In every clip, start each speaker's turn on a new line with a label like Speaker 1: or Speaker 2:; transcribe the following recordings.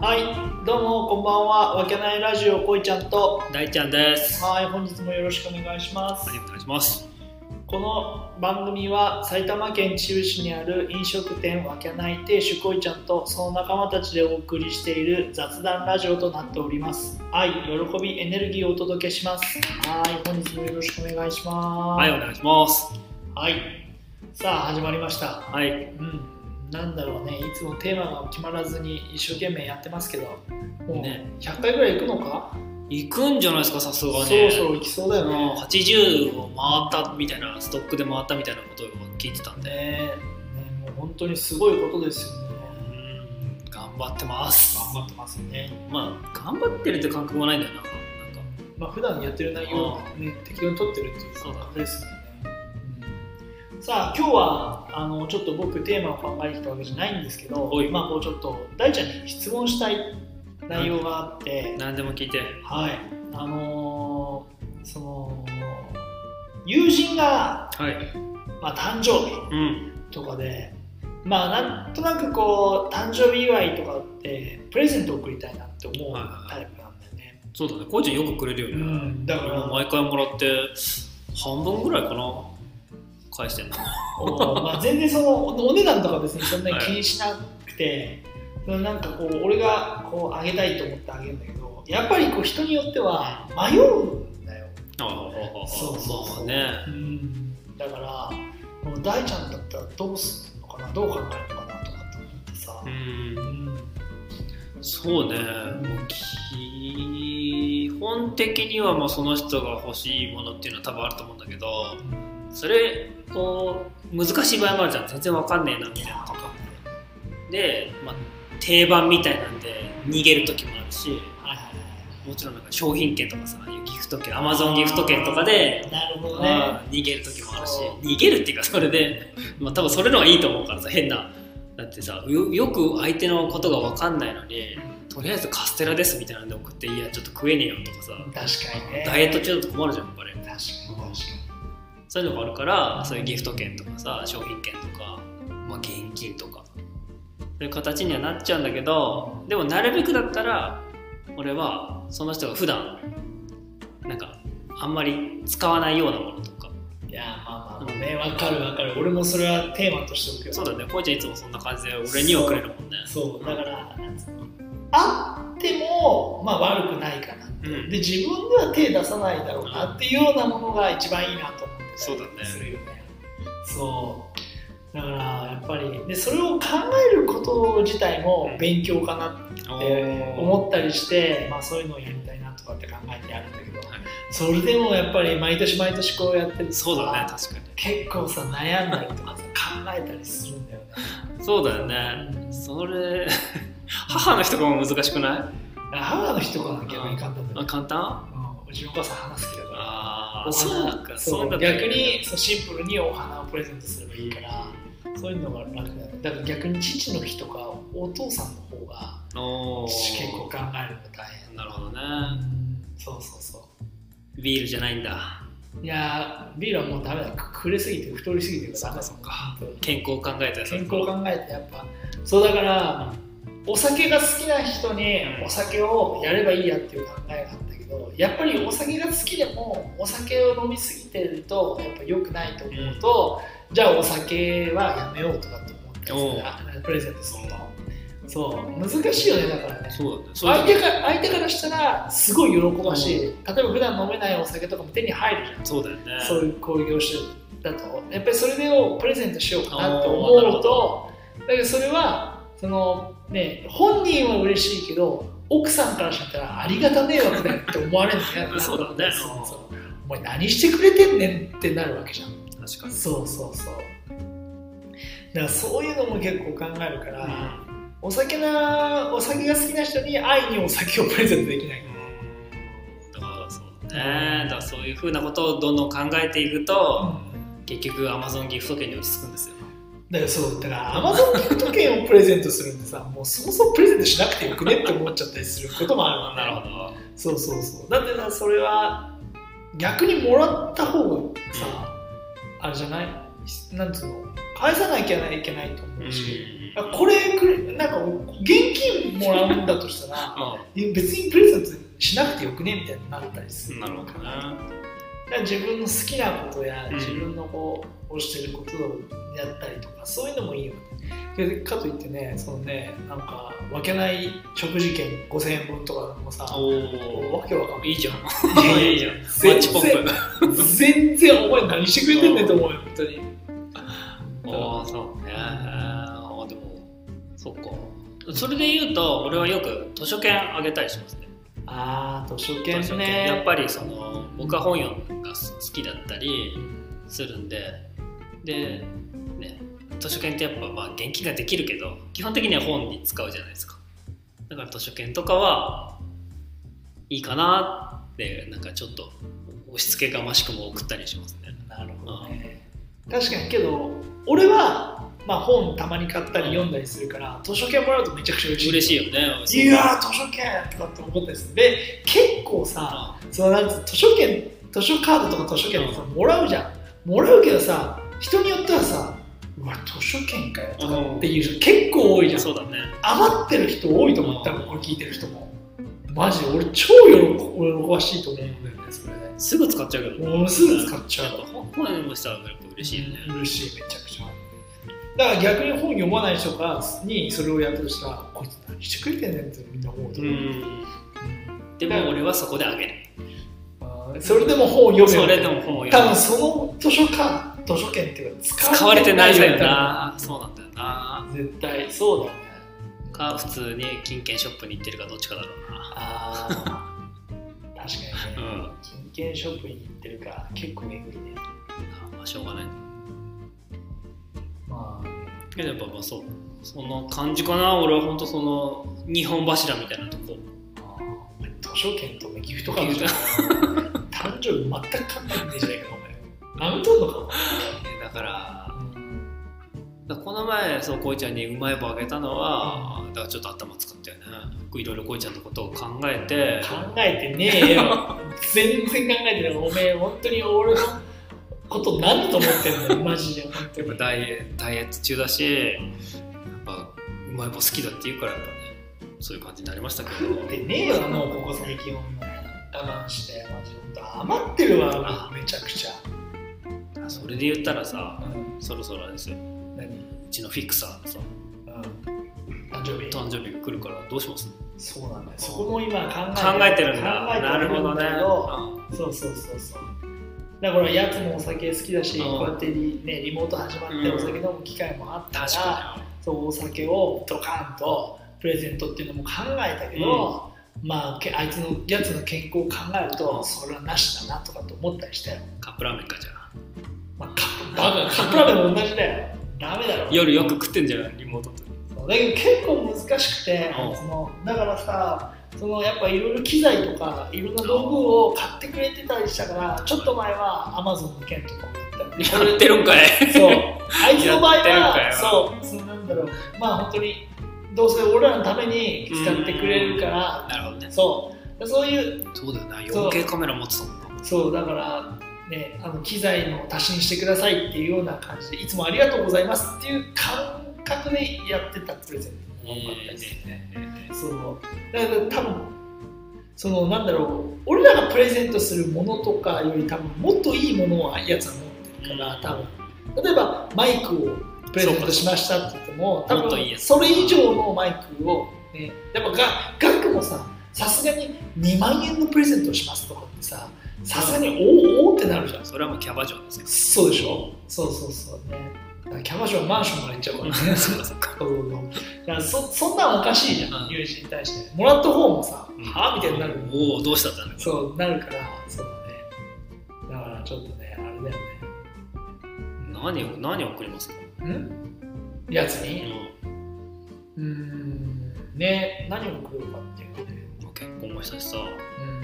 Speaker 1: はい、どうもこんばんは。わけないラジオこいちゃんと。
Speaker 2: 大ちゃんです。は
Speaker 1: はい、本日もよろしくお願いします。
Speaker 2: い、お願いします。
Speaker 1: この番組は埼玉県秩父市にある飲食店わけない亭主こいちゃんとその仲間たちでお送りしている雑談ラジオとなっております愛喜びエネルギーをお届けしますはい本日もよろしくお願いしま
Speaker 2: はい、
Speaker 1: す
Speaker 2: お願いします。
Speaker 1: はい、さあ始まりました
Speaker 2: はい、
Speaker 1: うんなんだろうねいつもテーマが決まらずに一生懸命やってますけどもう
Speaker 2: ね
Speaker 1: 100回ぐらい行くのか、
Speaker 2: 行くんじゃないですか、さすがに。
Speaker 1: そろそろ行きそうだよね
Speaker 2: もう80を回ったみたいな、ストックで回ったみたいなことを聞いてたんで、
Speaker 1: ねえねえもう本当にすごいことですよね
Speaker 2: うん、頑張ってます。
Speaker 1: 頑張ってますね、
Speaker 2: まあ、頑張ってるって感覚もないんだよな。なんか、
Speaker 1: まあ普段やってる内容を、ね、適当に撮ってるっていう
Speaker 2: そうだね
Speaker 1: ことですよね、うんさあ今日はあのちょっと僕テーマを考えてきたわけじゃないんですけど
Speaker 2: おい
Speaker 1: まあこうちょっと大ちゃんに質問したい内容があって、
Speaker 2: 何でも聞いて。
Speaker 1: はい、あのーその友人が、
Speaker 2: はい。
Speaker 1: まあ、誕生日
Speaker 2: うん。
Speaker 1: とかで、まあ、なんとなくこう誕生日祝いとかってプレゼント送りたいなって思うタイプなんだよね、
Speaker 2: そうだね、こいちゃんよくくれるよね。
Speaker 1: うんだから
Speaker 2: 毎回もらって、半分ぐらいかな、返してんの。
Speaker 1: おまあ、全然そのおお値段とか別にそんなに
Speaker 2: はい
Speaker 1: 気にしなくて、そのなんかこう俺がこうあげたいと思ってあげるんだけどやっぱりこう人によっては迷うんだよ
Speaker 2: ああ
Speaker 1: そうそうそう
Speaker 2: まあね。
Speaker 1: うんだからもう大ちゃんだったらどうするのかなどう考えるのかなとかって思ってさ、
Speaker 2: うん
Speaker 1: うん
Speaker 2: そうね、もう基本的にはまあその人が欲しいものっていうのは多分あると思うんだけどそれこう難しい場合もあるじゃん全然わかんねえなみたいなとかで、まあ、定番みたいなんで逃げる時もあるし
Speaker 1: はいはい
Speaker 2: もちろんなんか商品券とかさギフト券アマゾンギフト券とかで
Speaker 1: はい、なるほどね
Speaker 2: まあ逃げる時もあるし
Speaker 1: そう
Speaker 2: 逃げるっていうかそれで、まあ、多分それの方がいいと思うからさ変なだってさよよく相手のことがわかんないのにとりあえずカステラですみたいなんで送っていやちょっと食えねえよとかさ
Speaker 1: 確かにね
Speaker 2: ダイエット中だと困るじゃんやっぱり
Speaker 1: 確かに確かに
Speaker 2: そういうのがあるからそういうギフト券とかさ商品券とか、まあ、現金とかそういう形にはなっちゃうんだけどでもなるべくだったら俺はその人が普段なんかあんまり使わないようなものとか
Speaker 1: いやまあまあねわかるわかる俺もそれはテーマとしておくよ
Speaker 2: そうだねこうちゃんいつもそんな感じで俺にはくれるもんね
Speaker 1: そうだからなんつうのあっても、まあ、悪くないかな
Speaker 2: うん、
Speaker 1: で自分では手出さないだろうなっていうようなものが一番いいなと思ってたり
Speaker 2: そうだね
Speaker 1: するよねそうだからやっぱりでそれを考えること自体も勉強かなって
Speaker 2: おー
Speaker 1: 思ったりして、まあ、そういうのをやりたいなとかって考えてやるんだけど、
Speaker 2: はい
Speaker 1: それでもやっぱり毎年毎年こうやってるとさ
Speaker 2: そうだね確かに
Speaker 1: 結構さ悩んだりとかさ考えたりするんだよね
Speaker 2: そうだよねそれ 母の人がも難しくない
Speaker 1: 母の人から逆に簡単だ
Speaker 2: あ
Speaker 1: ね、
Speaker 2: 簡単
Speaker 1: うん、うちのお母さん花好きだから
Speaker 2: あ
Speaker 1: お
Speaker 2: あ
Speaker 1: 花
Speaker 2: そうか
Speaker 1: そう
Speaker 2: だった
Speaker 1: 逆にそうシンプルにお花をプレゼントすればいいからそういうのが楽だねだから逆に父の日とかお父さんの方が
Speaker 2: おー
Speaker 1: 結構考えるのが大変
Speaker 2: なるほどね
Speaker 1: そうそうそ
Speaker 2: ビールじゃないんだ
Speaker 1: ういやービールはもうダメだくくれすぎて太りすぎてるからダメだ
Speaker 2: そっか
Speaker 1: 本当に
Speaker 2: 健康を考えたやつ
Speaker 1: 健康を考えてやっぱそうだからお酒が好きな人にお酒をやればいいやっていう考えがあったけどやっぱりお酒が好きでもお酒を飲みすぎてるとやっぱ良くないと思うと、じゃあお酒はやめようとかって思ってプレゼントするのそう難しいよねだからね
Speaker 2: そうだねそう
Speaker 1: 相手が相手からしたらすごい喜ばしい例えば普段飲めないお酒とかも手に入るじゃん
Speaker 2: そうだよね
Speaker 1: そういう工業種だとやっぱりそれでをプレゼントしようかなと
Speaker 2: あーなる
Speaker 1: 思う
Speaker 2: ほ
Speaker 1: とだけどそれはそのね本人は嬉しいけど奥さんからしたらありがた迷惑だよって思われるのや
Speaker 2: そうだね
Speaker 1: そうそうお前何してくれてんねんってなるわけじゃん
Speaker 2: 確かに
Speaker 1: そうそうそうだからそういうのも結構考えるから、お酒なお酒が好きな人に愛にお酒をプレゼントできない
Speaker 2: うんだからそうだねだからそういうふうなことをどんどん考えていくと結局アマゾンギフト券に落ち着くんですよ
Speaker 1: だからそうだからアマゾンギフト券をプレゼントするんでさもうそもそもプレゼントしなくてよくねって思っちゃったりすることもあるもんね
Speaker 2: なるほど
Speaker 1: そうそうそうだってさそれは逆にもらった方がさ、あれじゃないなんつうの返さなきゃいけないと
Speaker 2: う
Speaker 1: 思
Speaker 2: ん
Speaker 1: うし、あこれくれなんか現金もらうんだとしたら
Speaker 2: あ
Speaker 1: いや別にプレゼントしなくてよくねみたいになったりする
Speaker 2: なるほど
Speaker 1: だか
Speaker 2: ね
Speaker 1: ら自分の好きなことや
Speaker 2: うん
Speaker 1: 自分のこう推してることをやったりとかそういうのもいいよねでかといってねそのねなんか分けない食事券5000円分とかもさ
Speaker 2: お
Speaker 1: わけわかん
Speaker 2: お
Speaker 1: ない
Speaker 2: いいじゃん いいじゃんマ
Speaker 1: 全
Speaker 2: ッチポ
Speaker 1: 然
Speaker 2: ップ
Speaker 1: 全然お前何してくれてんねんと思うよ本当に
Speaker 2: ああそうねあーでもそっかそれで言うと俺はよく図書券あげたりしますね
Speaker 1: ああ図書券
Speaker 2: 図書券
Speaker 1: ね
Speaker 2: やっぱりその僕は本読むのが好きだったりするんででね図書券ってやっぱまあ現金ができるけど基本的には本に使うじゃないですかだから図書券とかはいいかなってなんかちょっと押し付けがましくも送ったりしますね
Speaker 1: なるほどね。確かにけど、俺は、まあ、本たまに買ったり読んだりするから、図書券もらうとめちゃくちゃ嬉しい。
Speaker 2: 嬉しいよね
Speaker 1: いやー、図書券とかって思ったりする。で、結構さ、
Speaker 2: あ
Speaker 1: そのなんつう図書券、図書カードとか図書券ってさ、もらうじゃん。もらうけどさ、人によってはさ、うわ、図書券かよとかっていう人結構多いじゃん。
Speaker 2: そうだね
Speaker 1: 余ってる人多いと思った
Speaker 2: う
Speaker 1: ら、
Speaker 2: ん
Speaker 1: これ聞いてる人も。マジで俺超喜喜ばしいと思うんだよね、それね。
Speaker 2: すぐ使っちゃうけど
Speaker 1: もうすぐ使っちゃ
Speaker 2: や
Speaker 1: う
Speaker 2: っ。ぱ本本読む人はやっぱ嬉しいよね
Speaker 1: 嬉しいめちゃくちゃだから逆に本読まない人がにそれをやったとしたらこいつ何してくれてんねんってみんな思うと
Speaker 2: う
Speaker 1: 思う、
Speaker 2: んでも俺はそこであげる
Speaker 1: あーそれでも本を読め
Speaker 2: そ
Speaker 1: よ
Speaker 2: れでも本を読む
Speaker 1: 多分その図書館図書券っていうのは
Speaker 2: 使われてないんだよ
Speaker 1: な
Speaker 2: なそうなんだよな
Speaker 1: 絶対そうだね
Speaker 2: か普通に金券ショップに行ってるかどっちかだろうな
Speaker 1: ああ確かに
Speaker 2: う
Speaker 1: ね、
Speaker 2: ん
Speaker 1: 金券ショップに行ってるから結構えぐいね
Speaker 2: まあしょうがない
Speaker 1: まあ
Speaker 2: けどやっぱまあそうその感じかな俺は本当その日本柱みたいなとこ
Speaker 1: あーお前図書券とかギフトカードじゃん誕生日全く考えてねえじゃないかお前なめとんのかお前
Speaker 2: ねだからだからこの前そうこいちゃんにうまい棒あげたのはだからちょっと頭使ったよねいろいろこいちゃんのことを考えて
Speaker 1: 考えてねえよ全然考えてないおめえ本当に俺のこと何だと思ってんのマジで本当
Speaker 2: やっ
Speaker 1: に
Speaker 2: ぱダイエダイエット中だしやっぱうまい棒好きだって言うからやっぱねそういう感じになりましたけど
Speaker 1: 食ってねえよもうここ最近は我慢してマジで本当余ってるわめちゃくちゃ、
Speaker 2: あそれで言ったらさそろそろあれですよ
Speaker 1: 何、うん、
Speaker 2: うちのフィクサーのさ
Speaker 1: 誕生日
Speaker 2: 誕生日が来るからどうします
Speaker 1: そうなんだよそこも今考え
Speaker 2: 考えてるんだ
Speaker 1: 考えて
Speaker 2: なるほどね
Speaker 1: だけそうそうそうそうだからやつもお酒好きだし
Speaker 2: うん
Speaker 1: こうやってリ,、ね、リモート始まってお酒飲む機会もあっ
Speaker 2: うん
Speaker 1: た
Speaker 2: 確
Speaker 1: から、
Speaker 2: か
Speaker 1: そうお酒をドカンとプレゼントっていうのも考えたけど、まあけあいつのやつの健康を考えるとそれはなしだなとかと思ったりしたよ、
Speaker 2: にカップラーメンかじゃあ
Speaker 1: まあ、カッ プバカカップラーメンも同じだよダメだろ
Speaker 2: 夜よく食ってんじゃないリモートと
Speaker 1: そうだけど結構難しくて
Speaker 2: うん
Speaker 1: そのだからさそのやっぱいろいろ機材とかいろんな道具を買ってくれてたりしたからちょっと前はアマゾンの件とかもやったり
Speaker 2: やって るんかい
Speaker 1: そう。あいつの場合
Speaker 2: やってるんか
Speaker 1: は、
Speaker 2: よ
Speaker 1: そう、そうなんだろう。まあ本当に、どうせ俺らのために使ってくれるから、
Speaker 2: なるほどね
Speaker 1: そう。そういう、
Speaker 2: そうだよな
Speaker 1: そう
Speaker 2: 4K カメラ持ってたもんな
Speaker 1: そう、だから、ね、あの機材の足しにしてくださいっていうような感じで、いつもありがとうございますっていう感覚でやってたプレゼントが多かったですね。そう。だから多分、そのなんだろう、俺らがプレゼントするものとかより多分もっといいものはやつは持ってるから、多分。例えばマイクをプレゼントしましたって言っても
Speaker 2: そ
Speaker 1: 多
Speaker 2: うかもっといい
Speaker 1: 分
Speaker 2: やつ
Speaker 1: それ以上のマイクを、ね、やっぱが額もささすがに2万円のプレゼントをしますとかってささすがにおーおーってなるじゃん
Speaker 2: それはもうキャバ嬢ですよ
Speaker 1: そうでしょそうそうそうねだからキャバ 嬢はマンションまで行っちゃうからね
Speaker 2: そうかそうか
Speaker 1: そうそうそうだからそそんなんおかしいじゃん、
Speaker 2: うん
Speaker 1: 友人に対してもらった方もさ、
Speaker 2: うん
Speaker 1: はあみたいになる
Speaker 2: おおどうしたんだろう
Speaker 1: そうなるからそうだねだからちょっとねあれだよね
Speaker 2: 何を何を送りますか
Speaker 1: んやつ
Speaker 2: う
Speaker 1: に、
Speaker 2: ん
Speaker 1: うーんね何を食うかっていうね
Speaker 2: まあ結婚もしたしさ
Speaker 1: うん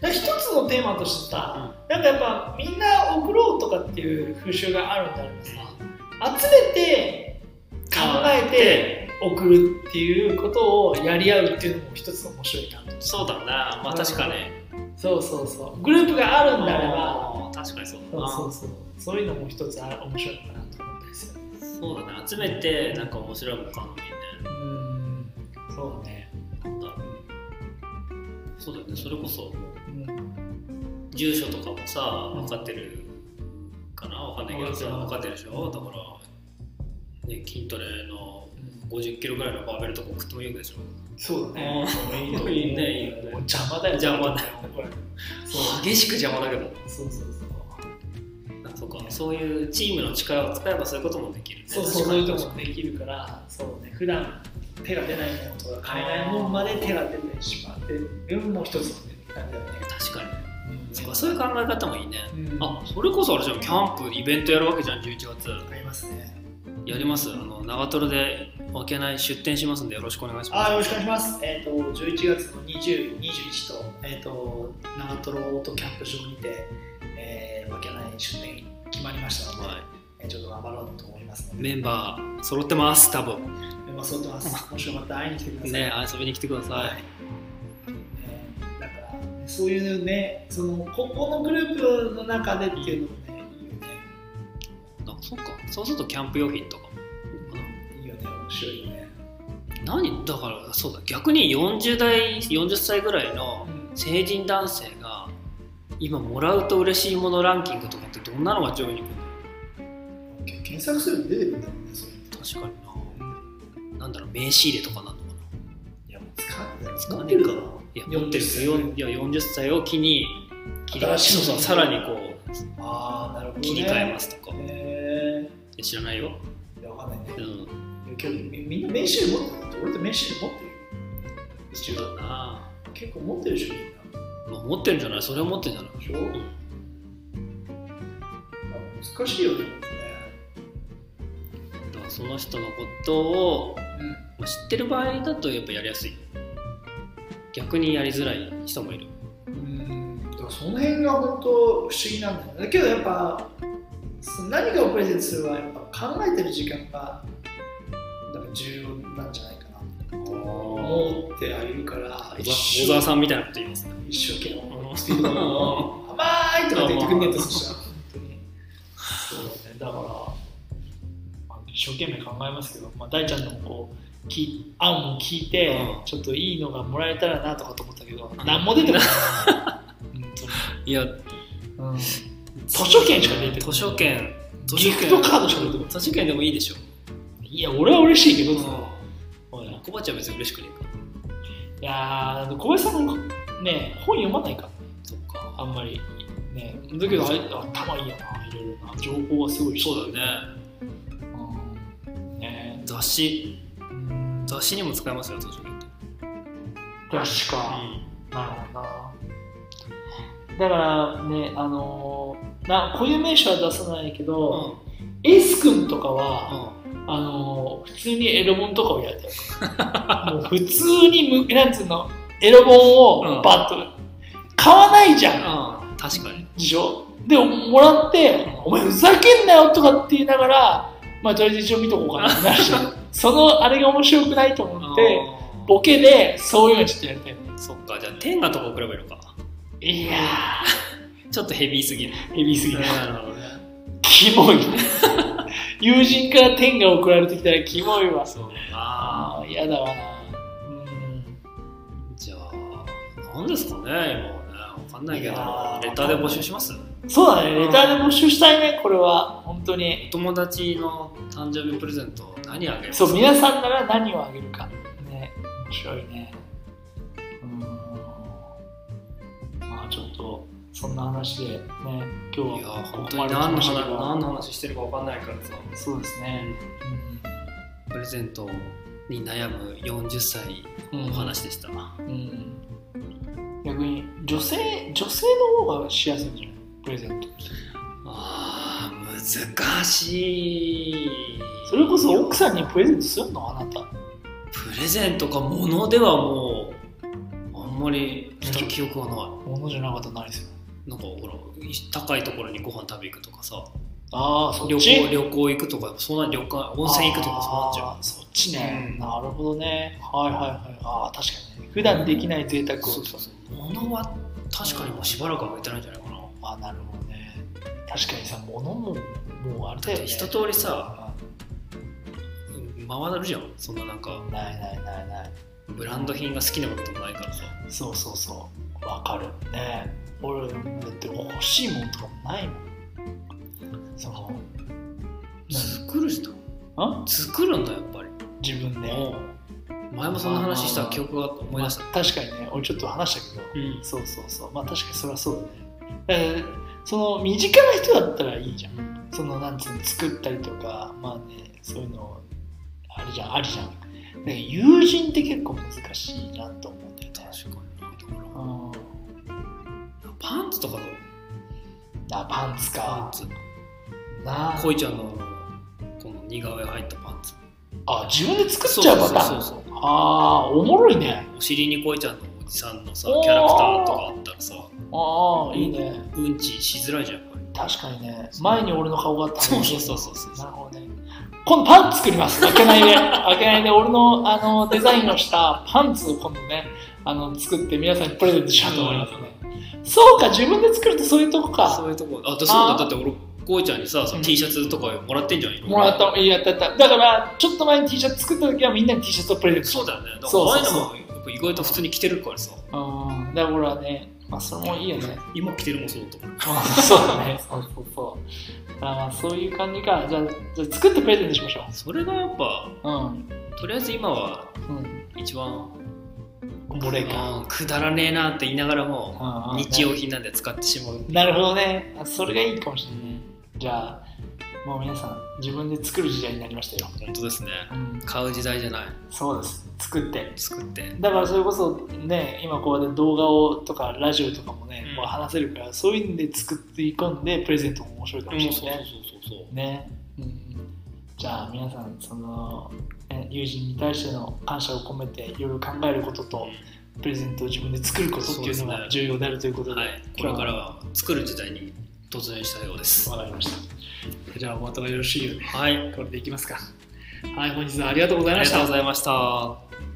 Speaker 1: だから一つのテーマとしてさ、なんかやっぱみんな送ろうとかっていう風習があるんだけどさ集めて考えて送るっていうことをやり合うっていうのも一つの面白いなと
Speaker 2: そうだなまあ確かね
Speaker 1: そうそうそうグループがあるんであれば
Speaker 2: あー確かにそうだ
Speaker 1: そう
Speaker 2: な
Speaker 1: そうそうそういうのも一つあ面白いかなと思ったりする
Speaker 2: そうだね集めてなんか面白いもん考え
Speaker 1: う
Speaker 2: ね
Speaker 1: んそうね、
Speaker 2: なんだろうそうだよねそれこそ
Speaker 1: うん、
Speaker 2: 住所とかもさ分かってるかな分かんない
Speaker 1: 分かっ
Speaker 2: け
Speaker 1: てる
Speaker 2: ど分かってるでしょだから、ね、筋トレの50キロぐらいのバーベルとか送ってもいいわけでしょ
Speaker 1: そうだね
Speaker 2: うん
Speaker 1: いいと思う
Speaker 2: いいねいいね
Speaker 1: 邪魔だよ
Speaker 2: 邪魔だ
Speaker 1: よそう
Speaker 2: 激しく邪魔だけど
Speaker 1: そうそうそう
Speaker 2: そうかそういうチームの力を使えばそういうこともできるね
Speaker 1: そうそうそういうこともできるからそうね普段手が出ないものとか買えないものまで手が出てしまってるのも一つの感じだよね、
Speaker 2: 確かに
Speaker 1: うん
Speaker 2: そうかそういう考え方もいいね
Speaker 1: うん、
Speaker 2: あそれこそあれじゃんキャンプイベントやるわけじゃん11月
Speaker 1: ありますね
Speaker 2: やりますあの長瀞で分けない出店しますんでよろしくお願いし
Speaker 1: あ
Speaker 2: ま
Speaker 1: よろしくお願いします。えっ、と11月の20、21とえっ、と長瀞とキャンプ場にて、えー、わけない出店決まりました
Speaker 2: す
Speaker 1: ので、
Speaker 2: はい
Speaker 1: えーちょっと頑張ろうと思いますので、
Speaker 2: メンバー揃ってます多分
Speaker 1: メンバー揃ってます。もしよかったら会いに来てください。
Speaker 2: ね遊びに来てくだ
Speaker 1: は
Speaker 2: さ
Speaker 1: い
Speaker 2: い、。
Speaker 1: えーだからそういうね、そのここのグループの中でっていうのもね、いいよね。
Speaker 2: あそっかそうするとキャンプ用品とかも
Speaker 1: いいよね、面白いよね。
Speaker 2: 何だからそうだ逆に40代40歳ぐらいの成人男性が今もらうと嬉しいものランキングとかってどんなのが上位に来るの
Speaker 1: け検索すると出てくるんだもんね、そういうの。
Speaker 2: 確かにななんだろう名刺入れとかなのかない
Speaker 1: やもう使う
Speaker 2: 使ってるか
Speaker 1: ない
Speaker 2: や
Speaker 1: 40
Speaker 2: 持ってる
Speaker 1: 歳
Speaker 2: よんいや40歳を機に切り
Speaker 1: 新しい
Speaker 2: そうそうさらにこう
Speaker 1: ああ、なるほど、ね。
Speaker 2: 切り替えますとか、
Speaker 1: え
Speaker 2: いや知らないよ、
Speaker 1: ー、いやわかんないね
Speaker 2: う。ん、
Speaker 1: 今日みみんな名刺持ってる俺と名刺持ってる
Speaker 2: 一応だな、
Speaker 1: 結構持ってるでしょみんな
Speaker 2: まあ、持ってるんじゃないそれは持ってるんじゃない
Speaker 1: でしょ、まあ難しいよね、
Speaker 2: だからその人のことを、まあ、知ってる場合だとやっぱやりやすい逆にやりづらい人もいる
Speaker 1: うんだからその辺が本当不思議なんだよねだけどやっぱそ何かをプレゼントするはやっぱ考えてる時間がだから重要なんじゃないかな
Speaker 2: 小
Speaker 1: 思ってはいるから
Speaker 2: 沢小沢さんみたいなこと言いますね
Speaker 1: 一生懸命
Speaker 2: あの
Speaker 1: スピードを甘いとかって言ってくんねえとそしたら本当にそうだねだから、まあ一生懸命考えますけど、まあ、大ちゃんのこうき案も聞いて、
Speaker 2: うん
Speaker 1: ちょっといいのがもらえたらなとかと思ったけど、
Speaker 2: ん
Speaker 1: 何も出てこない
Speaker 2: いや
Speaker 1: 本当に図書券しか出てこない
Speaker 2: 図書券図
Speaker 1: ギ
Speaker 2: 書
Speaker 1: フ
Speaker 2: 券
Speaker 1: トカードしか出てこない
Speaker 2: 図書券でもいいでしょ
Speaker 1: いや俺は嬉しいけど、
Speaker 2: う
Speaker 1: ほら
Speaker 2: ん小鉢は別に嬉しくねえか
Speaker 1: いやー小林さんもね本読まないから
Speaker 2: そっか
Speaker 1: あんまりねだけどあれ頭いいよないろいろな情報はすごい
Speaker 2: そうだよね
Speaker 1: うんね
Speaker 2: 雑誌雑誌にも使えますよ図書券って
Speaker 1: 確か、なるほどなだからねあのーなこういう名称は出さないけ
Speaker 2: うん
Speaker 1: ど、エース君とかは、
Speaker 2: う
Speaker 1: あのー普通にエロ本とかをやっ てるもう普通にむなんつうのエロ本
Speaker 2: う
Speaker 1: を
Speaker 2: ん
Speaker 1: バッと、買わないじゃん
Speaker 2: んうん確かに
Speaker 1: でしょでももらって「お前ふざけんなよ」とかって言いながらまあとりあえず一応見とこうかなってなるじゃん そのあれが面白くないと思って
Speaker 2: あー
Speaker 1: ボケでそういうのちょっとやりたい
Speaker 2: そっかじゃあ天下とか送ればいいのか
Speaker 1: いや
Speaker 2: ちょっとヘビーすぎる
Speaker 1: ーヘビーすぎる
Speaker 2: なるほどね
Speaker 1: キモい友人から天が送られてきたらキモいわ
Speaker 2: そうあ
Speaker 1: ああ嫌だわなうん
Speaker 2: じゃあ何ですかね今はね分かんないけど
Speaker 1: いやー
Speaker 2: レターで募集します
Speaker 1: そうだねレターで募集したいねこれは本当に
Speaker 2: お友達の誕生日プレゼント何あげます
Speaker 1: そう皆さんなら何をあげるかね面白いねうんまあちょっとそんな話でね今
Speaker 2: い
Speaker 1: 日
Speaker 2: や
Speaker 1: は
Speaker 2: 本当に何の話何の話してるか分かんないからさ
Speaker 1: そうですね、
Speaker 2: プレゼントに悩む40歳のお話でした、
Speaker 1: うんうん、逆に女性女性の方がしやすいんじゃないプレゼント
Speaker 2: あー難しい
Speaker 1: それこそ奥さんにプレゼントするのあなた
Speaker 2: プレゼントか物ではもうあんまりした記憶はない
Speaker 1: 物じゃなかったら何する
Speaker 2: なんかほら高いところにご飯食べ行くとかさ
Speaker 1: ああそ
Speaker 2: 旅行旅行行くとかそんな旅館温泉行くとかそうなっちゃ
Speaker 1: あーそっちね、
Speaker 2: うん
Speaker 1: なるほどねはいはいはいああ確かにね普段できない贅沢を
Speaker 2: うそうそう物は確かにもうしばらくは行ってないんじゃないかな
Speaker 1: ああなるほどね確かにさ物ももうあれだよね
Speaker 2: 一通りさ
Speaker 1: あ
Speaker 2: 回るじゃんそんななんか
Speaker 1: ないないないない
Speaker 2: ブランド品が好きなこともないからさ
Speaker 1: そうそうそうわかるね俺だって欲しいもんとかもないもんその
Speaker 2: 作る人
Speaker 1: あ
Speaker 2: 作るんだやっぱり
Speaker 1: 自分で、
Speaker 2: もう前もそんな話した記憶が思
Speaker 1: まあ
Speaker 2: い出した、
Speaker 1: 確かにね俺ちょっと話したけど
Speaker 2: うん
Speaker 1: そうそうそうまあ確かにそれはそうだねだからその身近な人だったらいいじゃんそのなんつうの作ったりとかまあねそういうのあるじゃんあるじゃんだから友人って結構難しいなと思うんだよね
Speaker 2: 確かになだから
Speaker 1: うん
Speaker 2: パンツとかの
Speaker 1: あパンツ
Speaker 2: パ
Speaker 1: か
Speaker 2: ンツ
Speaker 1: なあ
Speaker 2: 恋ちゃんのこの似顔絵入ったパンツ
Speaker 1: あ自分で作っちゃうパタ
Speaker 2: そ
Speaker 1: ー
Speaker 2: う
Speaker 1: ン
Speaker 2: そうそうそう
Speaker 1: ああーおもろいね
Speaker 2: お尻に恋ちゃんのおじさんのさキャラクターとかあったらさ
Speaker 1: ああいいね
Speaker 2: うんちしづらいじゃんやっぱり
Speaker 1: 確かにね前に俺の顔があったの
Speaker 2: そうそうそうそうそ
Speaker 1: な
Speaker 2: う
Speaker 1: るほどね今度パンツ作ります開けないで開けないで俺のあのデザインをしたパンツを今度ねあの作って皆さんにプレゼントしようと思いますね、そうか自分で作るとそういうとこ
Speaker 2: そ
Speaker 1: か
Speaker 2: ういうとこあだそう
Speaker 1: あ
Speaker 2: だ
Speaker 1: ー
Speaker 2: だって俺恋ちゃんにさその
Speaker 1: うん
Speaker 2: T シャツとかもらってんじゃんいろいろ
Speaker 1: もらったいいやったやっただからちょっと前に T シャツ作った時はみんなに T シャツをプレゼント
Speaker 2: そうだよねだから
Speaker 1: そう
Speaker 2: あ
Speaker 1: そ
Speaker 2: あいうう
Speaker 1: そう
Speaker 2: のもやっぱ意外と普通に着てるからさ
Speaker 1: うんだから俺はねまあそれもいいよね
Speaker 2: 今着てるもそうと
Speaker 1: そうだねそうそうそうあーそういう感じかじゃあじゃあ作ってプレゼントしましょ
Speaker 2: それがやっぱ
Speaker 1: ううん
Speaker 2: とりあえず今は
Speaker 1: うん
Speaker 2: 一番
Speaker 1: おもれいか
Speaker 2: うんくだらねえなって言いながらも
Speaker 1: うん
Speaker 2: 日用品なんで使ってしまう
Speaker 1: なるほどね。あそれがいいかもしれないね。じゃあ、もう皆さん、自分で作る時代になりましたよ。
Speaker 2: 本当ですね
Speaker 1: うん、
Speaker 2: 買う時代じゃない
Speaker 1: そうです。作って。
Speaker 2: 作って
Speaker 1: だからそれこそね、今こうやって動画をとかラジオとかもね、
Speaker 2: うん
Speaker 1: もう話せるから、そういうんで作っていくんで、プレゼントも面白いかもしれないね。
Speaker 2: そう
Speaker 1: ね。うんうんじゃあ皆さん、その、ね友人に対しての感謝を込めて、いろいろ考えることと、プレゼントを自分で作ることっていうの
Speaker 2: そう
Speaker 1: が
Speaker 2: ですね
Speaker 1: 重要であるということで、
Speaker 2: はいこれからは作る時代に突入したようです
Speaker 1: わかりました。じゃあ、またよろしいよね。
Speaker 2: はい
Speaker 1: これでいきますか。はい、本日はありがとうござい
Speaker 2: あ
Speaker 1: ま
Speaker 2: り
Speaker 1: し
Speaker 2: がとう
Speaker 1: た
Speaker 2: ご。ざいました